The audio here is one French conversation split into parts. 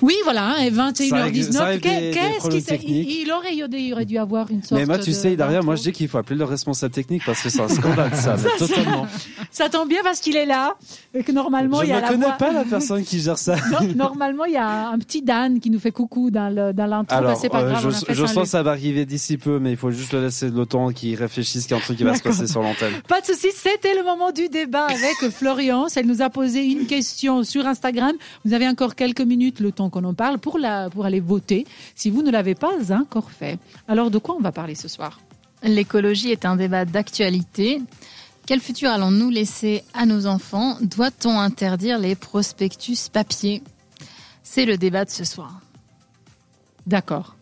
Oui, voilà, hein, et Ça règle- ça 21h19. règle des- des Qu'est-ce problèmes qu'il s'est- techniques. il, il aurait, il aurait- il aurait dû avoir une sorte Mais moi, tu de- sais, derrière, moi, je dis qu'il faut appeler le responsable technique parce que c'est un scandale, ça, mais totalement. Ça tombe bien parce qu'il est là et que normalement je il y a ne la connais voix- pas la personne qui gère ça. Non, normalement, il y a un petit Dan qui nous fait coucou dans le- dans l'intro. bah, Alors, c'est pas euh, grave, on a je, fait je ça, sens lui. que ça va arriver d'ici peu, mais il faut juste le laisser le temps qu'il réfléchisse qu'il y a un truc qui va se passer sur l'antenne. Pas de souci, c'était le moment du débat avec Florian. Elle nous a posé une question sur Instagram. Vous avez encore quelques minutes, le temps qu'on en parle, pour, la, pour aller voter, si vous ne l'avez pas encore fait. Alors, de quoi on va parler ce soir L'écologie est un débat d'actualité. Quel futur allons-nous laisser à nos enfants Doit-on interdire les prospectus papier C'est le débat de ce soir. D'accord.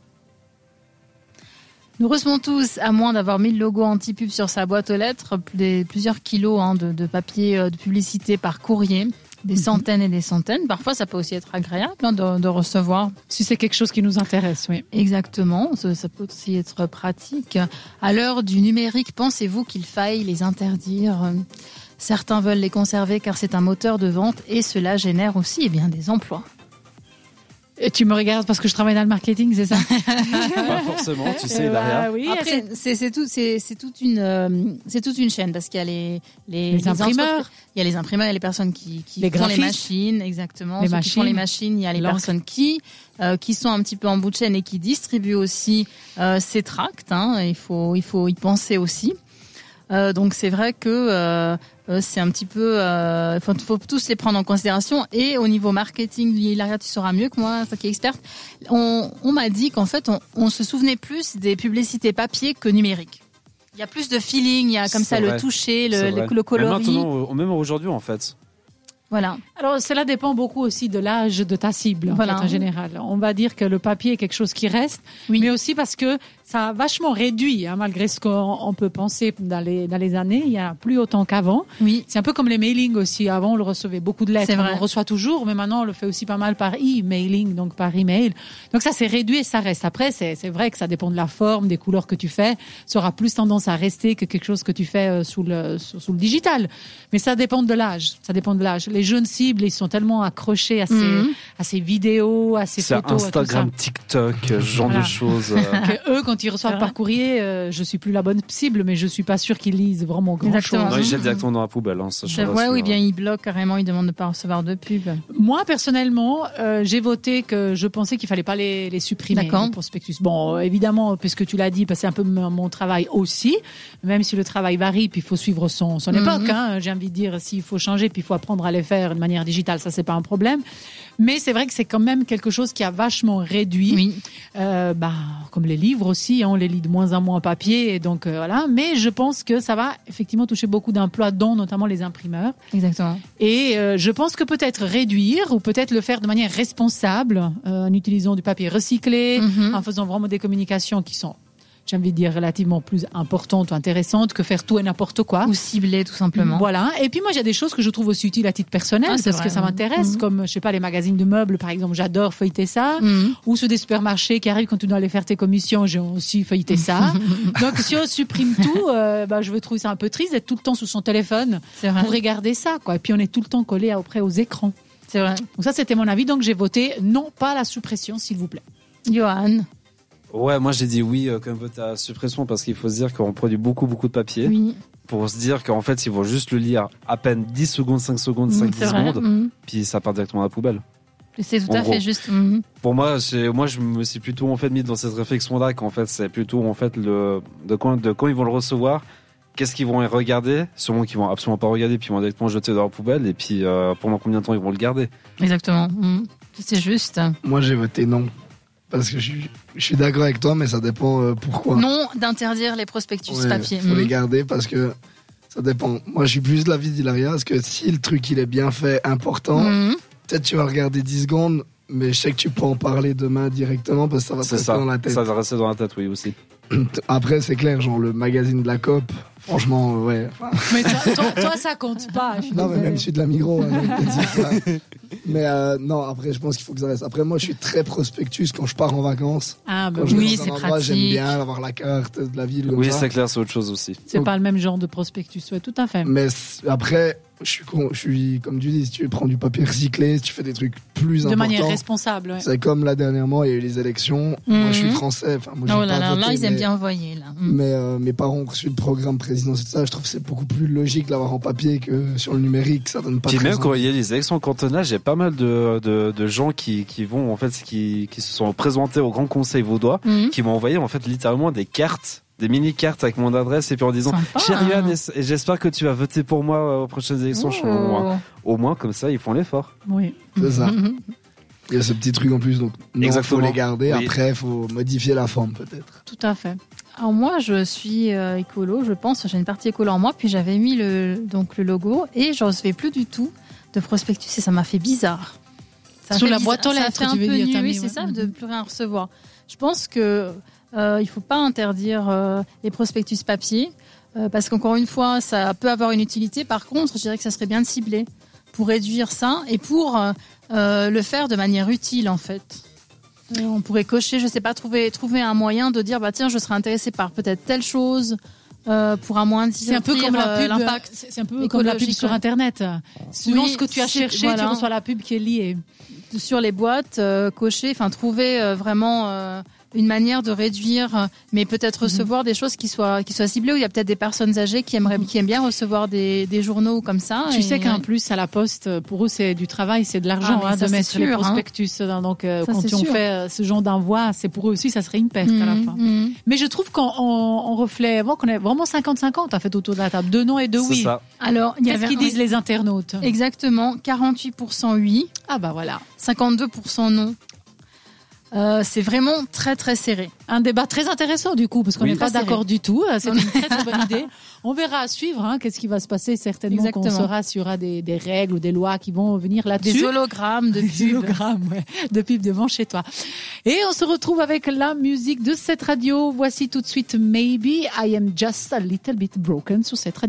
Nous recevons tous, à moins d'avoir mis le logo anti-pub sur sa boîte aux lettres, des- plusieurs kilos hein, de, de papier euh, de publicité par courrier, des centaines et des centaines. Parfois, ça peut aussi être agréable hein, de, de recevoir. Si c'est quelque chose qui nous intéresse, oui. Exactement, ça, ça peut aussi être pratique. À l'heure du numérique, pensez-vous qu'il faille les interdire Certains veulent les conserver car c'est un moteur de vente et cela génère aussi eh bien, des emplois. Et tu me regardes parce que je travaille dans le marketing, c'est ça pas forcément, tu sais, Eh bah derrière. oui, Après, c'est- c'est c'est tout, c'est c'est toute une, euh, c'est toute une chaîne parce qu'il y a les les, Les entreprises- imprimeurs. il y a les imprimeurs, il y a les personnes qui, qui Les font les graphistes. machines, exactement, Les ceux qui font machines. les machines, il y a les L'encre. personnes qui euh, qui sont un petit peu en bout de chaîne et qui distribuent aussi euh, ces tracts. hein. il faut il faut y penser aussi. Euh, donc c'est vrai que euh, euh, c'est un petit peu, euh, faut, faut tous les prendre en considération. Et au niveau marketing, Hilaria, tu sauras mieux que moi, toi qui es experte. On, on m'a dit qu'en fait, on, on se souvenait plus des publicités papier que numérique. Il y a plus de feeling, il y a comme C'est ça vrai. le toucher, le, C'est le, vrai. le Mais coloris. maintenant, euh, même aujourd'hui, en fait. Voilà. Alors, cela dépend beaucoup aussi de l'âge de ta cible, en Voilà. fait, en général. On va dire que le papier est quelque chose qui reste, Oui. mais aussi parce que ça a vachement réduit, hein, malgré ce qu'on on peut penser dans les, dans les années. Il y en a plus autant qu'avant. Oui. C'est un peu comme les mailings aussi. Avant, on le recevait beaucoup de lettres. C'est vrai. On reçoit toujours, mais maintenant, on le fait aussi pas mal par e-mailing, donc par email. Donc ça, c'est réduit et ça reste. Après, c'est c'est vrai que ça dépend de la forme, des couleurs que tu fais. Ça aura plus tendance à rester que quelque chose que tu fais euh, sous le, sous, sous le digital. Mais ça dépend de l'âge. Ça dépend de l'âge. Les jeunes cibles, ils sont tellement accrochés à ces, Mhm. à ces vidéos, à ces C'est photos, Instagram, à tout TikTok, ce genre Voilà. de choses. euh, ça. Que eux, quand ils reçoivent par courrier, euh, je suis plus la bonne cible, mais je suis pas sûre qu'ils lisent vraiment grand Exactement. chose. non, ils jettent directement dans la poubelle. Hein, ça, je C'est suis vrai, oui, rassuré. bien, il bloque carrément, il demande de ne pas recevoir de pub. Moi, personnellement, euh, j'ai voté que je pensais qu'il fallait pas les, les supprimer, D'accord. les prospectus. Bon, euh, évidemment, puisque tu l'as dit, parce que c'est un peu mon mon travail aussi, même si le travail varie, puis il faut suivre son, son Mhm. époque. Hein, j'ai envie de dire, s'il faut changer, puis il faut apprendre à les faire de manière digitale, ça, c'est pas un problème. Mais c'est vrai que c'est quand même quelque chose qui a vachement réduit. Oui. Euh, bah, comme les livres aussi, hein, on les lit de moins en moins en papier, et donc euh, voilà. Mais je pense que ça va effectivement toucher beaucoup d'emplois, dont notamment les imprimeurs. Exactement. Et euh, je pense que peut-être réduire ou peut-être le faire de manière responsable euh, en utilisant du papier recyclé, Mhm. en faisant vraiment des communications qui sont, j'ai envie de dire, relativement plus importantes ou intéressantes que faire tout et n'importe Ah. quoi. Ou cibler, tout simplement. Voilà. Et puis moi, j'ai des choses que je trouve aussi utiles à titre personnel Ah, parce c'est vrai, que ça oui. m'intéresse, Mhm. comme je sais pas les magazines de meubles, par exemple. J'adore feuilleter ça. Mhm. Ou ceux des supermarchés qui arrivent quand tu dois aller faire tes commissions, j'ai aussi feuilleté ça. Donc si on supprime tout, euh, bah, je vais trouver ça un peu triste d'être tout le temps sous son téléphone C'est vrai. pour regarder ça, quoi. Et puis on est tout le temps collé après aux écrans. C'est vrai. Donc ça, c'était mon avis. Donc j'ai voté non, pas la suppression, s'il vous plaît. Johan. Ouais, moi j'ai dit oui euh, comme vote à suppression parce qu'il faut se dire qu'on produit beaucoup beaucoup de papier Oui. pour se dire qu'en fait ils vont juste le lire à peine 10 secondes, 5 secondes, 5 C'est 10 vrai. secondes Mhm. puis ça part directement à la poubelle. C'est tout En à gros. fait juste. Mhm. Pour moi, c'est moi je me suis plutôt en fait mis dans cette réflexion là qu'en fait c'est plutôt en fait le de quand de quand ils vont le recevoir, qu'est-ce qu'ils vont regarder, sûrement qu'ils vont absolument pas regarder puis ils vont directement jeter dans la poubelle et puis euh, pendant combien de temps ils vont le garder. Exactement. Mhm. C'est juste. Moi, j'ai voté non. Parce que je, suis- je suis d'accord avec toi, mais ça dépend euh, pourquoi. Non d'interdire les prospectus Ouais, papier. faut les Mhm. garder parce que ça dépend. Moi, je suis plus de l'avis d'Hilaria parce que si le truc il est bien fait, important, Mhm. peut-être tu vas regarder 10 secondes, mais je sais que tu peux en parler demain directement parce que ça va te C'est rester ça. dans la tête. Ça va rester dans la tête oui aussi. Après, c'est clair, genre le magazine de la COP, Franchement, euh, ouais. Enfin, Mais toi, toi, toi, ça compte pas. je suis Ah, non, mais désolée. même je suis de la Migros. hein, je te dis ça. mais euh, non, après, je pense qu'il faut que ça reste. Après, moi, je suis très prospectus quand je pars en vacances. Ah, bah Quand je oui, vais Oui, dans un c'est endroit, J'aime pratique. bien avoir la carte de la ville. comme Oui, ça. c'est clair, c'est autre chose aussi. c'est pas le même genre de prospectus, ouais, tout à fait. Mais c- après, je suis, con- je suis, comme tu dis, si tu prends du papier recyclé, si tu fais des trucs plus De importants. manière responsable, ouais. C'est comme là dernièrement, il y a eu les élections. Moi, je suis Mhm. français. Enfin, moi, j'ai Oh pas là là, voté, là, ils aiment mais- bien envoyer, là. Mm. Mais euh, mes parents ont reçu le programme présidentiel, ça, je trouve que c'est beaucoup plus logique de l'avoir en papier que sur le numérique, ça donne pas Puis très même envie. quand il y a les élections cantonales, j'ai pas mal de, de, de gens qui, qui vont, en fait, qui, qui se sont présentés au Grand Conseil vaudois, Mm. qui m'ont envoyé, en fait, littéralement des cartes, des mini-cartes avec mon adresse, et puis en disant, Sympa, Cher Yohan, hein. et- et j'espère que tu vas voter pour moi euh, aux prochaines élections. Je suis au, moins, Oh. au moins, comme ça, ils font l'effort. Oui. C'est ça. Mhm. Il y a ce petit truc en plus, donc il faut Exactement. les garder. Oui. Après, il faut modifier la forme peut-être. Tout à fait. Alors moi, je suis euh, écolo, je pense. J'ai une partie écolo en moi, puis j'avais mis le, donc le logo et je recevais plus du tout de prospectus et ça m'a fait bizarre. Ça Sur fait la bizarre- boîte aux lettres, ça fait tu veux un peu dire, nu, t'as oui, mis, c'est ouais. ça, Mhm. de plus rien recevoir. Je pense que euh, il faut pas interdire euh, les prospectus papier euh, parce qu'encore une fois, ça peut avoir une utilité. Par contre, je dirais que ça serait bien de cibler pour réduire ça et pour euh, euh, le faire de manière utile en fait. Euh, On pourrait cocher, je sais pas, trouver, trouver un moyen de dire, bah tiens, je serais intéressé par peut-être telle chose euh, pour amoindrir C'est un peu comme la euh, pub. hein. l'impact. C'est c'est un peu comme la pub écologique, sur ouais. Internet. Selon Oui, ce que tu as c'est- cherché, tu voilà. reçois la pub qui est liée. sur les boîtes, euh, cocher, enfin trouver euh, vraiment euh, une manière de réduire, euh, mais Mhm. peut-être recevoir des choses qui soient qui soient ciblées. Où il y a peut-être des personnes âgées qui aimeraient, qui aiment bien recevoir des, des journaux comme ça. Mhm. Tu Ah, Et- sais qu'en plus, à la poste, pour eux, c'est du travail, c'est de l'argent Ah, mais hein, ça, de c'est mettre les sûr, hein. prospectus. Donc, euh, Ça, quand c'est on sûr. fait euh, ce genre d'envoi, c'est pour eux aussi, ça serait une perte à la Mhm, fin. mhm. Mais je trouve qu'on on, on reflète, bon, qu'on est vraiment 50-50 en fait autour de la table. Deux non et deux C'est oui. ça. Alors, il y Qu'est-ce avait- qu'ils disent les internautes Exactement, 48% oui, Ah bah voilà, 52% non. Euh, c'est vraiment très très serré. un débat très intéressant du coup, parce qu'on Oui. n'est pas Très serré. d'accord du tout. Euh, C'est Non. une très, très bonne idée. On verra à suivre hein, qu'est-ce qui va se passer. Certainement qu'on Exactement. saura s'il y aura des, des règles ou des lois qui vont venir là-dessus. Des hologrammes de Des pubs. hologrammes, ouais, de pubs devant chez toi. Et on se retrouve avec la musique de cette radio. Voici tout de suite Maybe I am just a little bit broken sur cette radio.